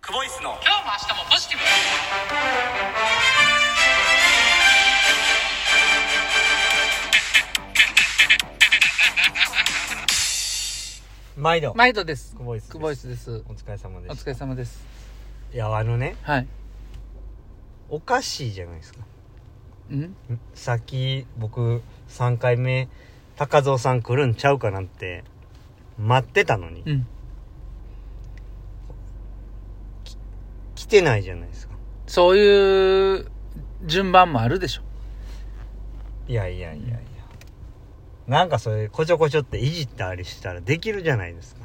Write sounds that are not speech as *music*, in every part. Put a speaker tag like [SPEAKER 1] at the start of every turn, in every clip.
[SPEAKER 1] クボイスの
[SPEAKER 2] 今日も明日もポジティブ
[SPEAKER 1] 毎度
[SPEAKER 2] 毎度です
[SPEAKER 1] クボイスです
[SPEAKER 2] クボイスです
[SPEAKER 1] お疲れ様で
[SPEAKER 2] お
[SPEAKER 1] す
[SPEAKER 2] 疲れ様です
[SPEAKER 1] いやあのね
[SPEAKER 2] はい
[SPEAKER 1] おかしいじゃないですか
[SPEAKER 2] うん
[SPEAKER 1] んさっき僕3回目高蔵さん来るんちゃうかなって待ってたのに、
[SPEAKER 2] うん
[SPEAKER 1] 来てないじゃないですか
[SPEAKER 2] そういう順番もあるでしょ
[SPEAKER 1] いやいやいやいやなんかそれこちょこちょっていじったりしたらできるじゃないですか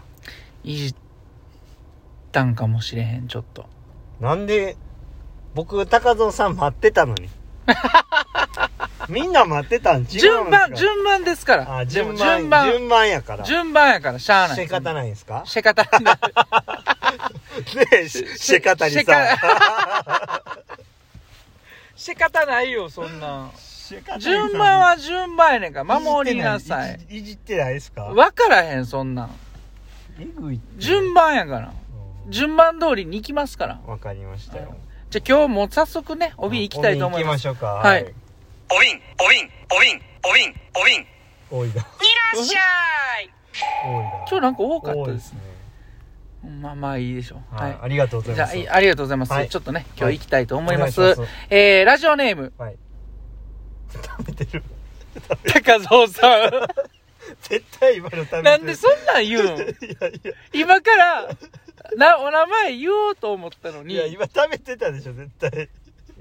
[SPEAKER 2] いじったんかもしれへんちょっと
[SPEAKER 1] なんで僕高蔵さん待ってたのにみんな待ってたん違うんですか
[SPEAKER 2] 順番順番ですから
[SPEAKER 1] あ順番
[SPEAKER 2] でも
[SPEAKER 1] 順
[SPEAKER 2] 順
[SPEAKER 1] 番
[SPEAKER 2] 番
[SPEAKER 1] 順番やから
[SPEAKER 2] 順番やからしゃあない
[SPEAKER 1] 仕方ないんですか
[SPEAKER 2] 仕方
[SPEAKER 1] *laughs*
[SPEAKER 2] ない
[SPEAKER 1] ねえ、しシェカタリさん。
[SPEAKER 2] *laughs* 仕方ないよそんな
[SPEAKER 1] シェカタリさん
[SPEAKER 2] 順番は順番やねんから守りなさい
[SPEAKER 1] じってない。いじってないですか
[SPEAKER 2] わからへんそんなん
[SPEAKER 1] えぐいって。
[SPEAKER 2] 順番やから
[SPEAKER 1] う
[SPEAKER 2] 順番通りに行きますから
[SPEAKER 1] んわかりましたよ。
[SPEAKER 2] じゃあ今日もう早速ね、帯行きたいと思います。
[SPEAKER 1] お瓶行きましょうか。
[SPEAKER 2] はい。
[SPEAKER 1] おびん、おびん、おびん、おびん、おびん。多いだ。
[SPEAKER 2] いらっしゃい
[SPEAKER 1] 多いだ。
[SPEAKER 2] 今日なんか多
[SPEAKER 1] 多
[SPEAKER 2] かった
[SPEAKER 1] い
[SPEAKER 2] で
[SPEAKER 1] ですすね。
[SPEAKER 2] まあまあいいでしょう。は。
[SPEAKER 1] はいい。ありがとうござい
[SPEAKER 2] じゃ
[SPEAKER 1] ま
[SPEAKER 2] あ
[SPEAKER 1] す。
[SPEAKER 2] いい、ありがとうございます。
[SPEAKER 1] はい
[SPEAKER 2] ちょっとね、今日行きたいと思います。
[SPEAKER 1] お願いします
[SPEAKER 2] えー、ラジオネーム、
[SPEAKER 1] はい。食べてる。
[SPEAKER 2] 高蔵さ
[SPEAKER 1] *laughs*
[SPEAKER 2] ん。
[SPEAKER 1] 絶対今の食べてる。
[SPEAKER 2] なんでそんなん言うん
[SPEAKER 1] いやいや。
[SPEAKER 2] 今から、な、お名前言おうと思ったのに、
[SPEAKER 1] い
[SPEAKER 2] い
[SPEAKER 1] や、
[SPEAKER 2] や、
[SPEAKER 1] 今食べてたでしょ、絶対。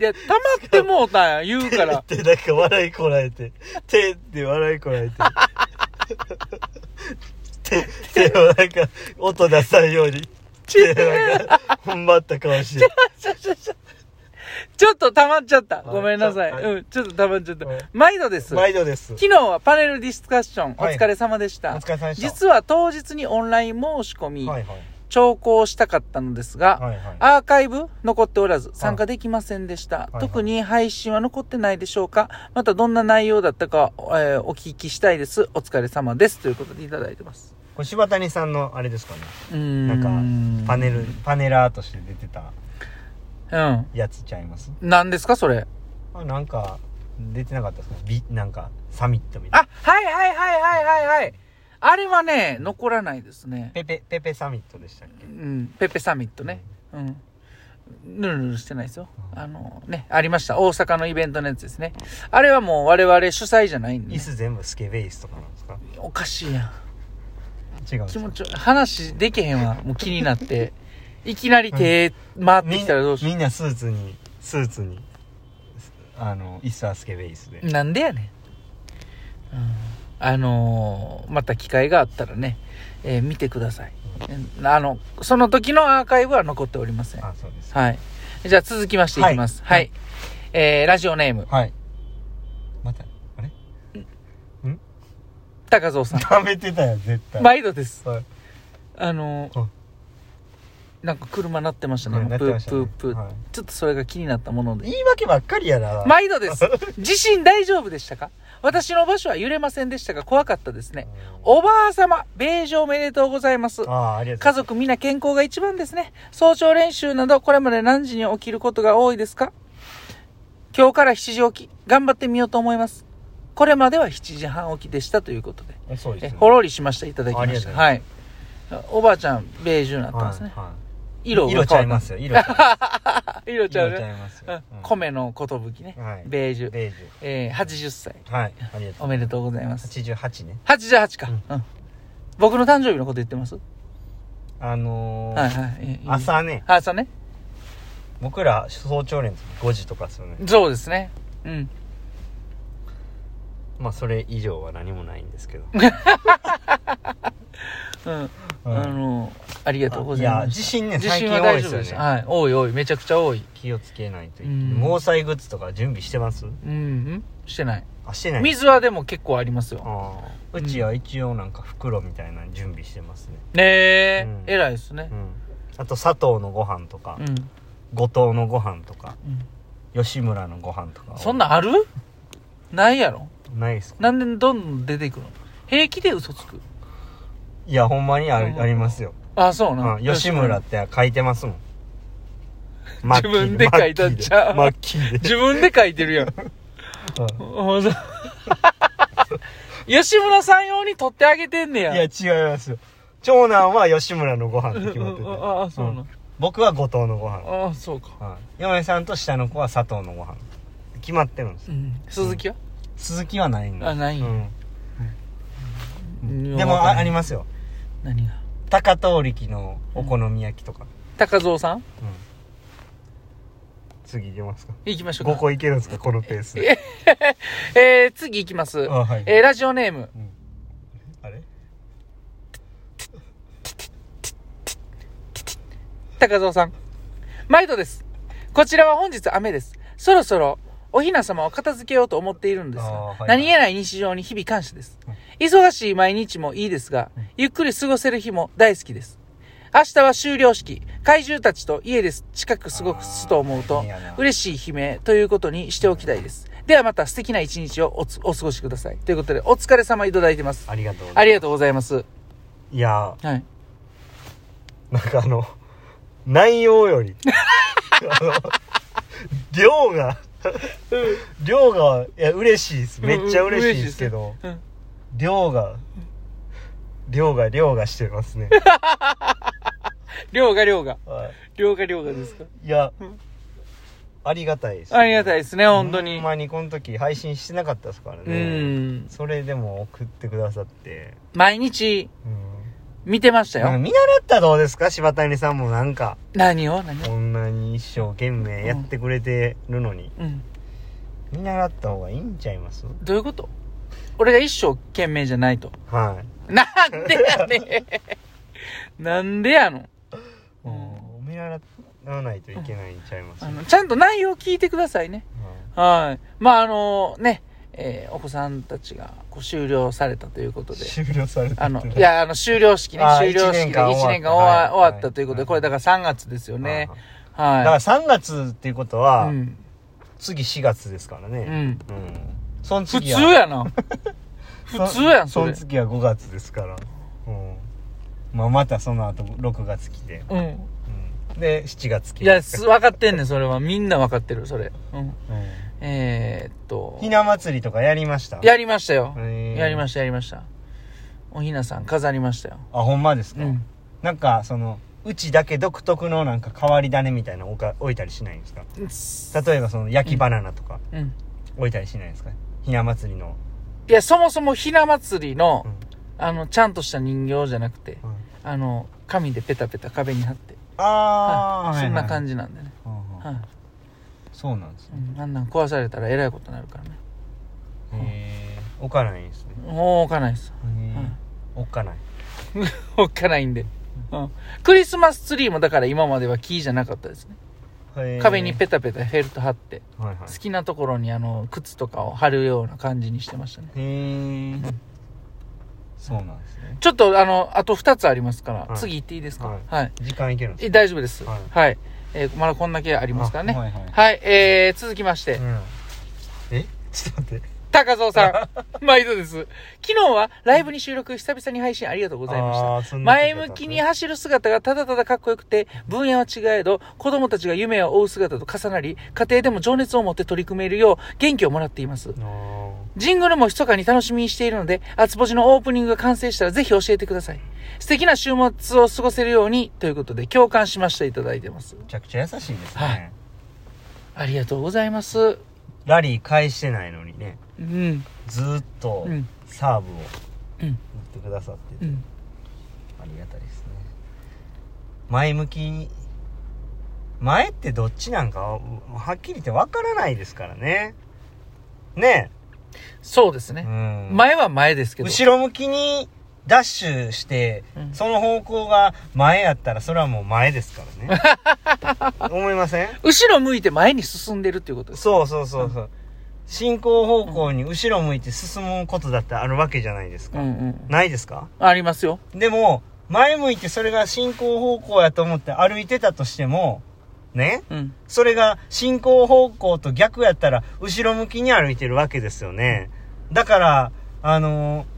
[SPEAKER 2] 溜まってもうたんや、言
[SPEAKER 1] *laughs*
[SPEAKER 2] うから。
[SPEAKER 1] 手でなんか笑いこらえて手で笑いこらえて *laughs* 手手をなんか音出さんように手でなんか踏ん張った顔して
[SPEAKER 2] ちょっと溜まっちゃった。
[SPEAKER 1] はい
[SPEAKER 2] ごめんなさい。
[SPEAKER 1] はい
[SPEAKER 2] うん、ちょっと溜まっちゃった
[SPEAKER 1] はい。
[SPEAKER 2] 毎度です。
[SPEAKER 1] 毎度です
[SPEAKER 2] 昨日はパネルディスカッション、
[SPEAKER 1] はい
[SPEAKER 2] お疲れ様でし
[SPEAKER 1] お
[SPEAKER 2] た。
[SPEAKER 1] 疲れ様でした
[SPEAKER 2] 実は当日にオンライン申し込み、
[SPEAKER 1] はいはい
[SPEAKER 2] 聴講したかったのですが、
[SPEAKER 1] はいはい
[SPEAKER 2] アーカイブ残っておらず参加できませんでした、
[SPEAKER 1] いはい
[SPEAKER 2] 特に配信は残ってないでしょうかまたどんな内容だったか、えーお聞きしたいですお疲れ様ですということでいただいてます
[SPEAKER 1] これ柴谷さんのあれですかね
[SPEAKER 2] うーん
[SPEAKER 1] なんかパネルパネラーとして出てた
[SPEAKER 2] うん
[SPEAKER 1] やつちゃいます
[SPEAKER 2] 何ですかそれ
[SPEAKER 1] あなんか出てなかったですかビなんかサミットみたいな
[SPEAKER 2] あはいはいはいはいはいはいあれはね残らないですね
[SPEAKER 1] ペペペペサミットでしたっけ
[SPEAKER 2] うん、ペッペサミットね。うん。ぬるぬるしてないですよ。あの、ね、ありました。大阪のイベントのやつですね。あれはもう我々主催じゃないんで
[SPEAKER 1] 椅
[SPEAKER 2] ね、
[SPEAKER 1] 子全部スケベイスとかなんですか
[SPEAKER 2] おかしいやん。
[SPEAKER 1] 違うんで
[SPEAKER 2] 気
[SPEAKER 1] すか
[SPEAKER 2] 持ちよ、話できへんわ。もう気になって。いきなり手回ってきたらどうしよ
[SPEAKER 1] みんなスーツにスーツにあのイスはスケベイスで、
[SPEAKER 2] う。なんでやねん。うん、あのーまた機会があったらね、えー見てください。うんあの、その時のアーカイブは残っておりません。
[SPEAKER 1] あそうです
[SPEAKER 2] はい。じゃあ続きましていきます。は
[SPEAKER 1] はい
[SPEAKER 2] い。えー、ラジオネーム、
[SPEAKER 1] はいまたあれ
[SPEAKER 2] 高蔵さん。
[SPEAKER 1] 食べてたよ絶対
[SPEAKER 2] 毎度です。
[SPEAKER 1] はい
[SPEAKER 2] あのー
[SPEAKER 1] はい
[SPEAKER 2] なんか車鳴ってましたね。
[SPEAKER 1] はい鳴っ
[SPEAKER 2] プ
[SPEAKER 1] てまし
[SPEAKER 2] ー
[SPEAKER 1] た
[SPEAKER 2] プ
[SPEAKER 1] ね
[SPEAKER 2] ープー、
[SPEAKER 1] はい
[SPEAKER 2] ちょっとそれが気になったもので。
[SPEAKER 1] 言い訳ばっかりやな
[SPEAKER 2] 毎度です。地震大丈夫でしたか私の場所は揺れませんでしたが怖かったですね。おばあ様、米寿おめでとうございます。
[SPEAKER 1] ああありがと
[SPEAKER 2] 家
[SPEAKER 1] う
[SPEAKER 2] 族みんな健康が一番ですね。早朝練習など、これまで何時に起きることが多いですか今日から7時起き、頑張ってみようと思います。これまでは7時半起きでしたということで。
[SPEAKER 1] ございますそうで
[SPEAKER 2] え
[SPEAKER 1] すね
[SPEAKER 2] ほろりしました、いただきま
[SPEAKER 1] ありが
[SPEAKER 2] し
[SPEAKER 1] とう
[SPEAKER 2] た。
[SPEAKER 1] ござ
[SPEAKER 2] はい。おばあちゃん、ベージュになったんですね。
[SPEAKER 1] は
[SPEAKER 2] 色
[SPEAKER 1] い、
[SPEAKER 2] が。
[SPEAKER 1] 色ちゃいますすよ色ちゃいます
[SPEAKER 2] *laughs* 色ちゃ
[SPEAKER 1] 色
[SPEAKER 2] う
[SPEAKER 1] ちゃ
[SPEAKER 2] ね。
[SPEAKER 1] います
[SPEAKER 2] う
[SPEAKER 1] よ
[SPEAKER 2] ん、米の寿ね、
[SPEAKER 1] はい
[SPEAKER 2] ベージ
[SPEAKER 1] うん
[SPEAKER 2] ュ。
[SPEAKER 1] ベージ
[SPEAKER 2] えー、80歳。
[SPEAKER 1] ュはいありがとう
[SPEAKER 2] おめでとうございます。
[SPEAKER 1] 88ね
[SPEAKER 2] 88か。うん。僕の誕生日のこと言ってますは
[SPEAKER 1] あの
[SPEAKER 2] い
[SPEAKER 1] ー
[SPEAKER 2] はいえー。
[SPEAKER 1] 朝ね
[SPEAKER 2] 朝ね。
[SPEAKER 1] 僕ら早朝練5時とかですよね
[SPEAKER 2] そうですね。うん。
[SPEAKER 1] まあそれ以上は何もないんですけど、
[SPEAKER 2] *laughs* うん。
[SPEAKER 1] うん
[SPEAKER 2] あの、ありがとうござい
[SPEAKER 1] や
[SPEAKER 2] ます。
[SPEAKER 1] 地震ね
[SPEAKER 2] 地
[SPEAKER 1] 最
[SPEAKER 2] 震
[SPEAKER 1] 近
[SPEAKER 2] は
[SPEAKER 1] 多い
[SPEAKER 2] 大
[SPEAKER 1] で
[SPEAKER 2] 丈
[SPEAKER 1] すよ
[SPEAKER 2] 夫でし
[SPEAKER 1] ね
[SPEAKER 2] た。はい。多い多い。めちゃくちゃ多い。
[SPEAKER 1] 気をつけないといけ
[SPEAKER 2] うん
[SPEAKER 1] ない毛細グッズとか準備してます
[SPEAKER 2] うんうん。してない。
[SPEAKER 1] あしてない
[SPEAKER 2] 水はでも結構ありますよ。
[SPEAKER 1] あーうちは一応なんか袋みたいなの準備してますね、
[SPEAKER 2] ねえ
[SPEAKER 1] うん、
[SPEAKER 2] 偉いですね
[SPEAKER 1] う。ん、あと佐藤のご飯とか、
[SPEAKER 2] うん。
[SPEAKER 1] 後藤のご飯とか
[SPEAKER 2] うん
[SPEAKER 1] 吉村のご飯とか
[SPEAKER 2] そんなんあるないやろ
[SPEAKER 1] ないですか
[SPEAKER 2] なんでどんどん出てくるの平気で嘘つく
[SPEAKER 1] いやほんまにあ
[SPEAKER 2] うん
[SPEAKER 1] るありますよ、
[SPEAKER 2] あ、そうな
[SPEAKER 1] うん、吉村って書いてますもんマッキー
[SPEAKER 2] 自分で書いたんちゃう
[SPEAKER 1] マッキーで。
[SPEAKER 2] 自分で書いてるや *laughs* ん。
[SPEAKER 1] うん
[SPEAKER 2] ほんと吉村さん用に取ってあげてんねや。
[SPEAKER 1] いや、違いますよ。長男は吉村のご飯って決まってて。
[SPEAKER 2] ああ、そうな。
[SPEAKER 1] うん僕は後藤のご飯。
[SPEAKER 2] ああ、そうか。
[SPEAKER 1] はい。嫁さんと下の子は佐藤のご飯。決まってるんです
[SPEAKER 2] う
[SPEAKER 1] よ。
[SPEAKER 2] ん。鈴木は
[SPEAKER 1] 鈴木はないんです
[SPEAKER 2] あないん
[SPEAKER 1] う
[SPEAKER 2] や
[SPEAKER 1] ん。
[SPEAKER 2] で
[SPEAKER 1] でもあ、あり
[SPEAKER 2] す。
[SPEAKER 1] ますよ。
[SPEAKER 2] 何が
[SPEAKER 1] 高遠力のお好み焼きとか。
[SPEAKER 2] 高蔵さん
[SPEAKER 1] うん。次行きますか。
[SPEAKER 2] 行きましょうか。
[SPEAKER 1] 5個いけるんですか、このペースで。
[SPEAKER 2] えー、次行きます。
[SPEAKER 1] あ、はい。
[SPEAKER 2] えー、ラジオネーム、
[SPEAKER 1] うんあれ
[SPEAKER 2] 高蔵さん。毎度です。こちらは本日雨です。そろそろ、おひな様を片付けようと思っているのですが、
[SPEAKER 1] あーはいはい
[SPEAKER 2] 何気ない日常に日々感謝です
[SPEAKER 1] うん。
[SPEAKER 2] 忙しい毎日もいいですが
[SPEAKER 1] うん、
[SPEAKER 2] ゆっくり過ごせる日も大好きです。明日は終了式、怪獣たちと家です近く過ごすと思う
[SPEAKER 1] あー
[SPEAKER 2] と
[SPEAKER 1] いいやな、
[SPEAKER 2] 嬉しい悲鳴ということにしておきたいです。ではまた素敵な一日をおつお過ごしください。ということで、お疲れ様いただいてます。
[SPEAKER 1] ありがとうござ
[SPEAKER 2] あ
[SPEAKER 1] い
[SPEAKER 2] りがとうございます。
[SPEAKER 1] ます。いや
[SPEAKER 2] はい。
[SPEAKER 1] ー、なんかあの、内容より、あの量が、量が、いや、嬉しいです。めっちゃ嬉しいですけど、
[SPEAKER 2] うん
[SPEAKER 1] 量が、量が、量がしてますね。
[SPEAKER 2] 量が量が。
[SPEAKER 1] は
[SPEAKER 2] 量が量がですか
[SPEAKER 1] いいや
[SPEAKER 2] うん、
[SPEAKER 1] ありがたいです、
[SPEAKER 2] ありがたいですね、本当
[SPEAKER 1] ほ
[SPEAKER 2] に
[SPEAKER 1] ん。まにこの時配信してなかったですから
[SPEAKER 2] う
[SPEAKER 1] ね。
[SPEAKER 2] ん。
[SPEAKER 1] それでも送ってくださって。
[SPEAKER 2] 毎日
[SPEAKER 1] うん
[SPEAKER 2] 見てました
[SPEAKER 1] なんか
[SPEAKER 2] よ。
[SPEAKER 1] 見習ったらどうですか柴谷さんもなんか、
[SPEAKER 2] 何を何を
[SPEAKER 1] こんなに一生懸命やってくれてるのに、
[SPEAKER 2] うん。
[SPEAKER 1] 見習った方がいいんちゃいます
[SPEAKER 2] どういうこと俺が一生懸命じゃないと。
[SPEAKER 1] はい。
[SPEAKER 2] なんでやねん。 *laughs* なんでやの。
[SPEAKER 1] うん見習わないといけないんちゃいます
[SPEAKER 2] あの、ちゃんと内容聞いてくださいね。はい。まあ、あのね、えーお子さんたちがこう終了されたということで。
[SPEAKER 1] 終了され *laughs*
[SPEAKER 2] あの、いや、あの、終了式ね
[SPEAKER 1] あ、ー
[SPEAKER 2] 終了式で
[SPEAKER 1] 一年
[SPEAKER 2] 1年
[SPEAKER 1] 間
[SPEAKER 2] 間
[SPEAKER 1] 終わ
[SPEAKER 2] 終
[SPEAKER 1] った
[SPEAKER 2] わ終わ
[SPEAKER 1] はい
[SPEAKER 2] ったということ
[SPEAKER 1] は
[SPEAKER 2] で、
[SPEAKER 1] い
[SPEAKER 2] これだから3月ですよね
[SPEAKER 1] は。
[SPEAKER 2] は
[SPEAKER 1] だ
[SPEAKER 2] い。
[SPEAKER 1] から3月っていうことは、
[SPEAKER 2] うん。
[SPEAKER 1] 次4月ですから
[SPEAKER 2] う
[SPEAKER 1] ね。
[SPEAKER 2] ん。
[SPEAKER 1] うん。その
[SPEAKER 2] 普
[SPEAKER 1] 次
[SPEAKER 2] 通
[SPEAKER 1] は
[SPEAKER 2] やな。
[SPEAKER 1] そ
[SPEAKER 2] 普通やん、
[SPEAKER 1] そ
[SPEAKER 2] そ
[SPEAKER 1] の
[SPEAKER 2] れ。
[SPEAKER 1] 次は5月ですから。うん。まあまたその後6月来て。
[SPEAKER 2] うん。
[SPEAKER 1] うんで、7月来て。
[SPEAKER 2] いや、す、分かってんねん、それは。みんな分かってる、それ。うん。
[SPEAKER 1] うん
[SPEAKER 2] えー、っと。
[SPEAKER 1] ひな祭りとかやりました
[SPEAKER 2] やりましたよ。
[SPEAKER 1] へー
[SPEAKER 2] やりました、やりました。おひなさん飾りましたよ。
[SPEAKER 1] あほんまですか、
[SPEAKER 2] うん。
[SPEAKER 1] なんかそのうちだけ独特のなんか変わり種みたいなの置か置いたりしないんですか例えばその焼きバナナとか
[SPEAKER 2] うん。
[SPEAKER 1] 置いたりしないんですか、ひな祭りの、
[SPEAKER 2] いや、そもそもひな祭りの
[SPEAKER 1] う、ん
[SPEAKER 2] あの、ちゃんとした人形じゃなくて、
[SPEAKER 1] うん
[SPEAKER 2] あの、紙でペタペタ壁に貼って。
[SPEAKER 1] ああ、
[SPEAKER 2] はいそんな感
[SPEAKER 1] じ、
[SPEAKER 2] じなんでね。
[SPEAKER 1] はんはん
[SPEAKER 2] はい。
[SPEAKER 1] そうなんですね、
[SPEAKER 2] うんあんなん壊されたらえらいことになるからね。ん
[SPEAKER 1] へえ置かないんですね、
[SPEAKER 2] もう置かないです。
[SPEAKER 1] へー置かない
[SPEAKER 2] 置かないんで。うん。クリスマスツリーもだから今までは木じゃなかったですね。
[SPEAKER 1] へー
[SPEAKER 2] 壁にペタペタフェルト貼って、
[SPEAKER 1] はいは
[SPEAKER 2] 好
[SPEAKER 1] い
[SPEAKER 2] きなところにあの、靴とかを貼るような感じにしてましたね。
[SPEAKER 1] へえそうなんですね
[SPEAKER 2] ちょっとあの、あと2つありますから、
[SPEAKER 1] はい
[SPEAKER 2] 次行っていいですか
[SPEAKER 1] は
[SPEAKER 2] はいい、
[SPEAKER 1] 時間いけるんです
[SPEAKER 2] え大丈夫です。
[SPEAKER 1] は
[SPEAKER 2] はいい。えーまだこんだけあり
[SPEAKER 1] い
[SPEAKER 2] ますからね。
[SPEAKER 1] は
[SPEAKER 2] はい
[SPEAKER 1] いはい、
[SPEAKER 2] えー、続きまして、
[SPEAKER 1] うん、えちょっと待って
[SPEAKER 2] 高蔵さ *laughs* ん、毎度です。昨日はライブに収録、久々に配信ありがとうございました。
[SPEAKER 1] あーそんな時だった
[SPEAKER 2] 前
[SPEAKER 1] ん
[SPEAKER 2] 向
[SPEAKER 1] ですね
[SPEAKER 2] きに走る姿がただただかっこよくて、分野は違えど、子供たちが夢を追う姿と重なり、家庭でも情熱を持って取り組めるよう元気をもらっています。
[SPEAKER 1] あ
[SPEAKER 2] ジングルも密かに楽しみにしているので、あつぼじのオープニングが完成したらぜひ教えてください。素敵な週末を過ごせるように、ということで共感しましていただいてます。
[SPEAKER 1] めちゃくちゃ優しいですね、
[SPEAKER 2] はいありがとうございます。
[SPEAKER 1] ラリー返してないのにね
[SPEAKER 2] うん、
[SPEAKER 1] ずーっと
[SPEAKER 2] うん
[SPEAKER 1] サーブを
[SPEAKER 2] う
[SPEAKER 1] 打っ
[SPEAKER 2] ん
[SPEAKER 1] てくださってて、
[SPEAKER 2] うん。
[SPEAKER 1] ありがたいですね前向きに前ってどっちなんかははっきり言ってわからないですからねね
[SPEAKER 2] そうです
[SPEAKER 1] え、
[SPEAKER 2] ね。
[SPEAKER 1] ん
[SPEAKER 2] 前は前ですけど。
[SPEAKER 1] 後ろ向きにダッシュして、
[SPEAKER 2] うん
[SPEAKER 1] その方向が前やったらそれはもう前です
[SPEAKER 2] *laughs*
[SPEAKER 1] からね思いません
[SPEAKER 2] 後ろ向いて前に進んでるっていうことです。
[SPEAKER 1] そうそうそうそう。進行方向に後ろ向いて進むことだってあるわけじゃないです
[SPEAKER 2] う
[SPEAKER 1] か。
[SPEAKER 2] んうん。
[SPEAKER 1] ないですか
[SPEAKER 2] ありますよ。
[SPEAKER 1] でも、前向いてそれが進行方向やと思って歩いてたとしても、ね
[SPEAKER 2] うん。
[SPEAKER 1] それが進行方向と逆やったら後ろ向きに歩いてるわけですよね。だから、あのーん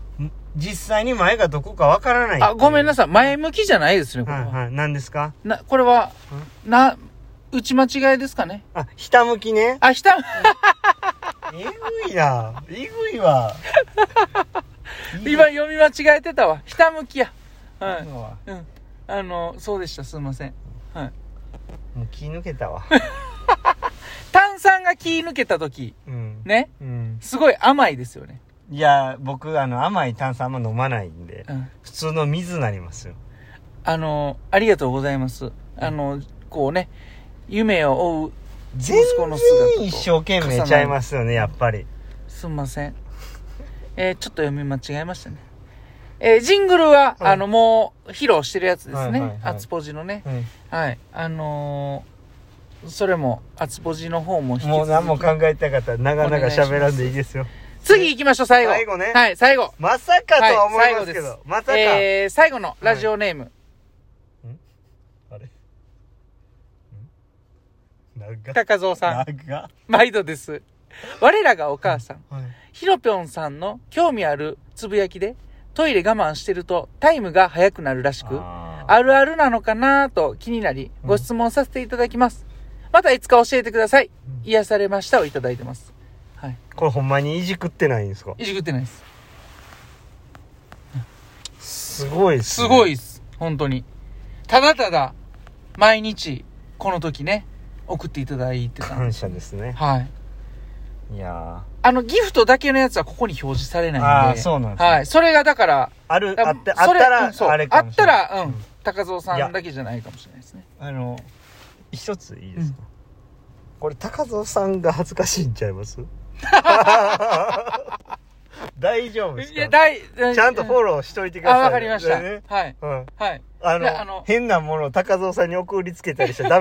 [SPEAKER 1] 実際に前がどこかわからない。
[SPEAKER 2] あ、ごめんな
[SPEAKER 1] さ
[SPEAKER 2] さい。前向きじゃないですね、これ
[SPEAKER 1] はい
[SPEAKER 2] は。
[SPEAKER 1] はい。何ですか
[SPEAKER 2] な、これは、な、打ち間違いですかね。
[SPEAKER 1] あ、ひたむきね。
[SPEAKER 2] あ、ひた、
[SPEAKER 1] えぐいな。えぐいわ。
[SPEAKER 2] *laughs* 今読み間違えてたわ。ひたむきや。は
[SPEAKER 1] えぐいわ
[SPEAKER 2] い。うん。あの、そうでした。すいません。はい。
[SPEAKER 1] もう気抜け
[SPEAKER 2] *laughs*
[SPEAKER 1] たわ。
[SPEAKER 2] 炭酸が気抜けた時、
[SPEAKER 1] うん。
[SPEAKER 2] ね。
[SPEAKER 1] うん。
[SPEAKER 2] すごい甘いですよね。
[SPEAKER 1] いや、僕、あの、甘い炭酸あんま飲まないんで、
[SPEAKER 2] うん。
[SPEAKER 1] 普通の水になりますよ。
[SPEAKER 2] あの、ありがとうございます。あの、こうね、夢を追う息
[SPEAKER 1] 全
[SPEAKER 2] 子の姿と
[SPEAKER 1] 然一生懸命ちゃいますよね、やっぱり。
[SPEAKER 2] すんません。えーちょっと読み間違えましたね。えージングルは、
[SPEAKER 1] はい
[SPEAKER 2] あの、もう、披露してるやつです
[SPEAKER 1] はいはいは
[SPEAKER 2] ね
[SPEAKER 1] い。
[SPEAKER 2] アツポジのね。
[SPEAKER 1] うん
[SPEAKER 2] はい。あのーそれも、アツポジの方も引き
[SPEAKER 1] もう何も
[SPEAKER 2] 続き。
[SPEAKER 1] 考えたかったら、長々喋らんでいいですよ。
[SPEAKER 2] 次行きましょう、最後。
[SPEAKER 1] 最後ね
[SPEAKER 2] はい、最後。
[SPEAKER 1] まさかとは思いますけど、
[SPEAKER 2] はい最後で
[SPEAKER 1] まさか。
[SPEAKER 2] えー最後のラジオネーム。
[SPEAKER 1] あれん長っ。
[SPEAKER 2] 高蔵さん、
[SPEAKER 1] 長っ。
[SPEAKER 2] 毎度です。我らがお母さん、
[SPEAKER 1] はい。
[SPEAKER 2] ひろぴょんさんの興味あるつぶやきで、トイレ我慢してるとタイムが早くなるらしく、
[SPEAKER 1] あー
[SPEAKER 2] あるあるなのかなと気になり、
[SPEAKER 1] うん
[SPEAKER 2] ご質問させていただきます。またいつか教えてください。
[SPEAKER 1] うん
[SPEAKER 2] 癒されましたをいただいてます。はい。
[SPEAKER 1] これほんまにいじくってないんですか
[SPEAKER 2] いじくってないです。
[SPEAKER 1] すごいっす、
[SPEAKER 2] すごい。です。本当に。ただただ、毎日、この時ね、送っていただいてたんで
[SPEAKER 1] 感
[SPEAKER 2] す。
[SPEAKER 1] 謝ですね。
[SPEAKER 2] はい。
[SPEAKER 1] いや
[SPEAKER 2] あの、ギフトだけのやつはここに表示されないんで。
[SPEAKER 1] あーそうなんですね
[SPEAKER 2] はい。それがだから、
[SPEAKER 1] ーある、
[SPEAKER 2] だ
[SPEAKER 1] あって、あったら、
[SPEAKER 2] それうんそう
[SPEAKER 1] あれかもしれない。
[SPEAKER 2] あったら、うん。高蔵さ
[SPEAKER 1] いや
[SPEAKER 2] んだけじゃないかもしれないですね。
[SPEAKER 1] あの、一ついいですか、これ、高蔵さんが恥ずかしいんちゃいます
[SPEAKER 2] *laughs*
[SPEAKER 1] 大丈夫です
[SPEAKER 2] いや、
[SPEAKER 1] か
[SPEAKER 2] だい、ち
[SPEAKER 1] ちゃんとフォ
[SPEAKER 2] ー
[SPEAKER 1] ローしといてくださ
[SPEAKER 2] あ、
[SPEAKER 1] い、
[SPEAKER 2] わかりました。
[SPEAKER 1] ね
[SPEAKER 2] はい。
[SPEAKER 1] うん。
[SPEAKER 2] はい。
[SPEAKER 1] あ
[SPEAKER 2] いや
[SPEAKER 1] の
[SPEAKER 2] あの
[SPEAKER 1] 変なものを高蔵さんに送りつけたりしちゃダメ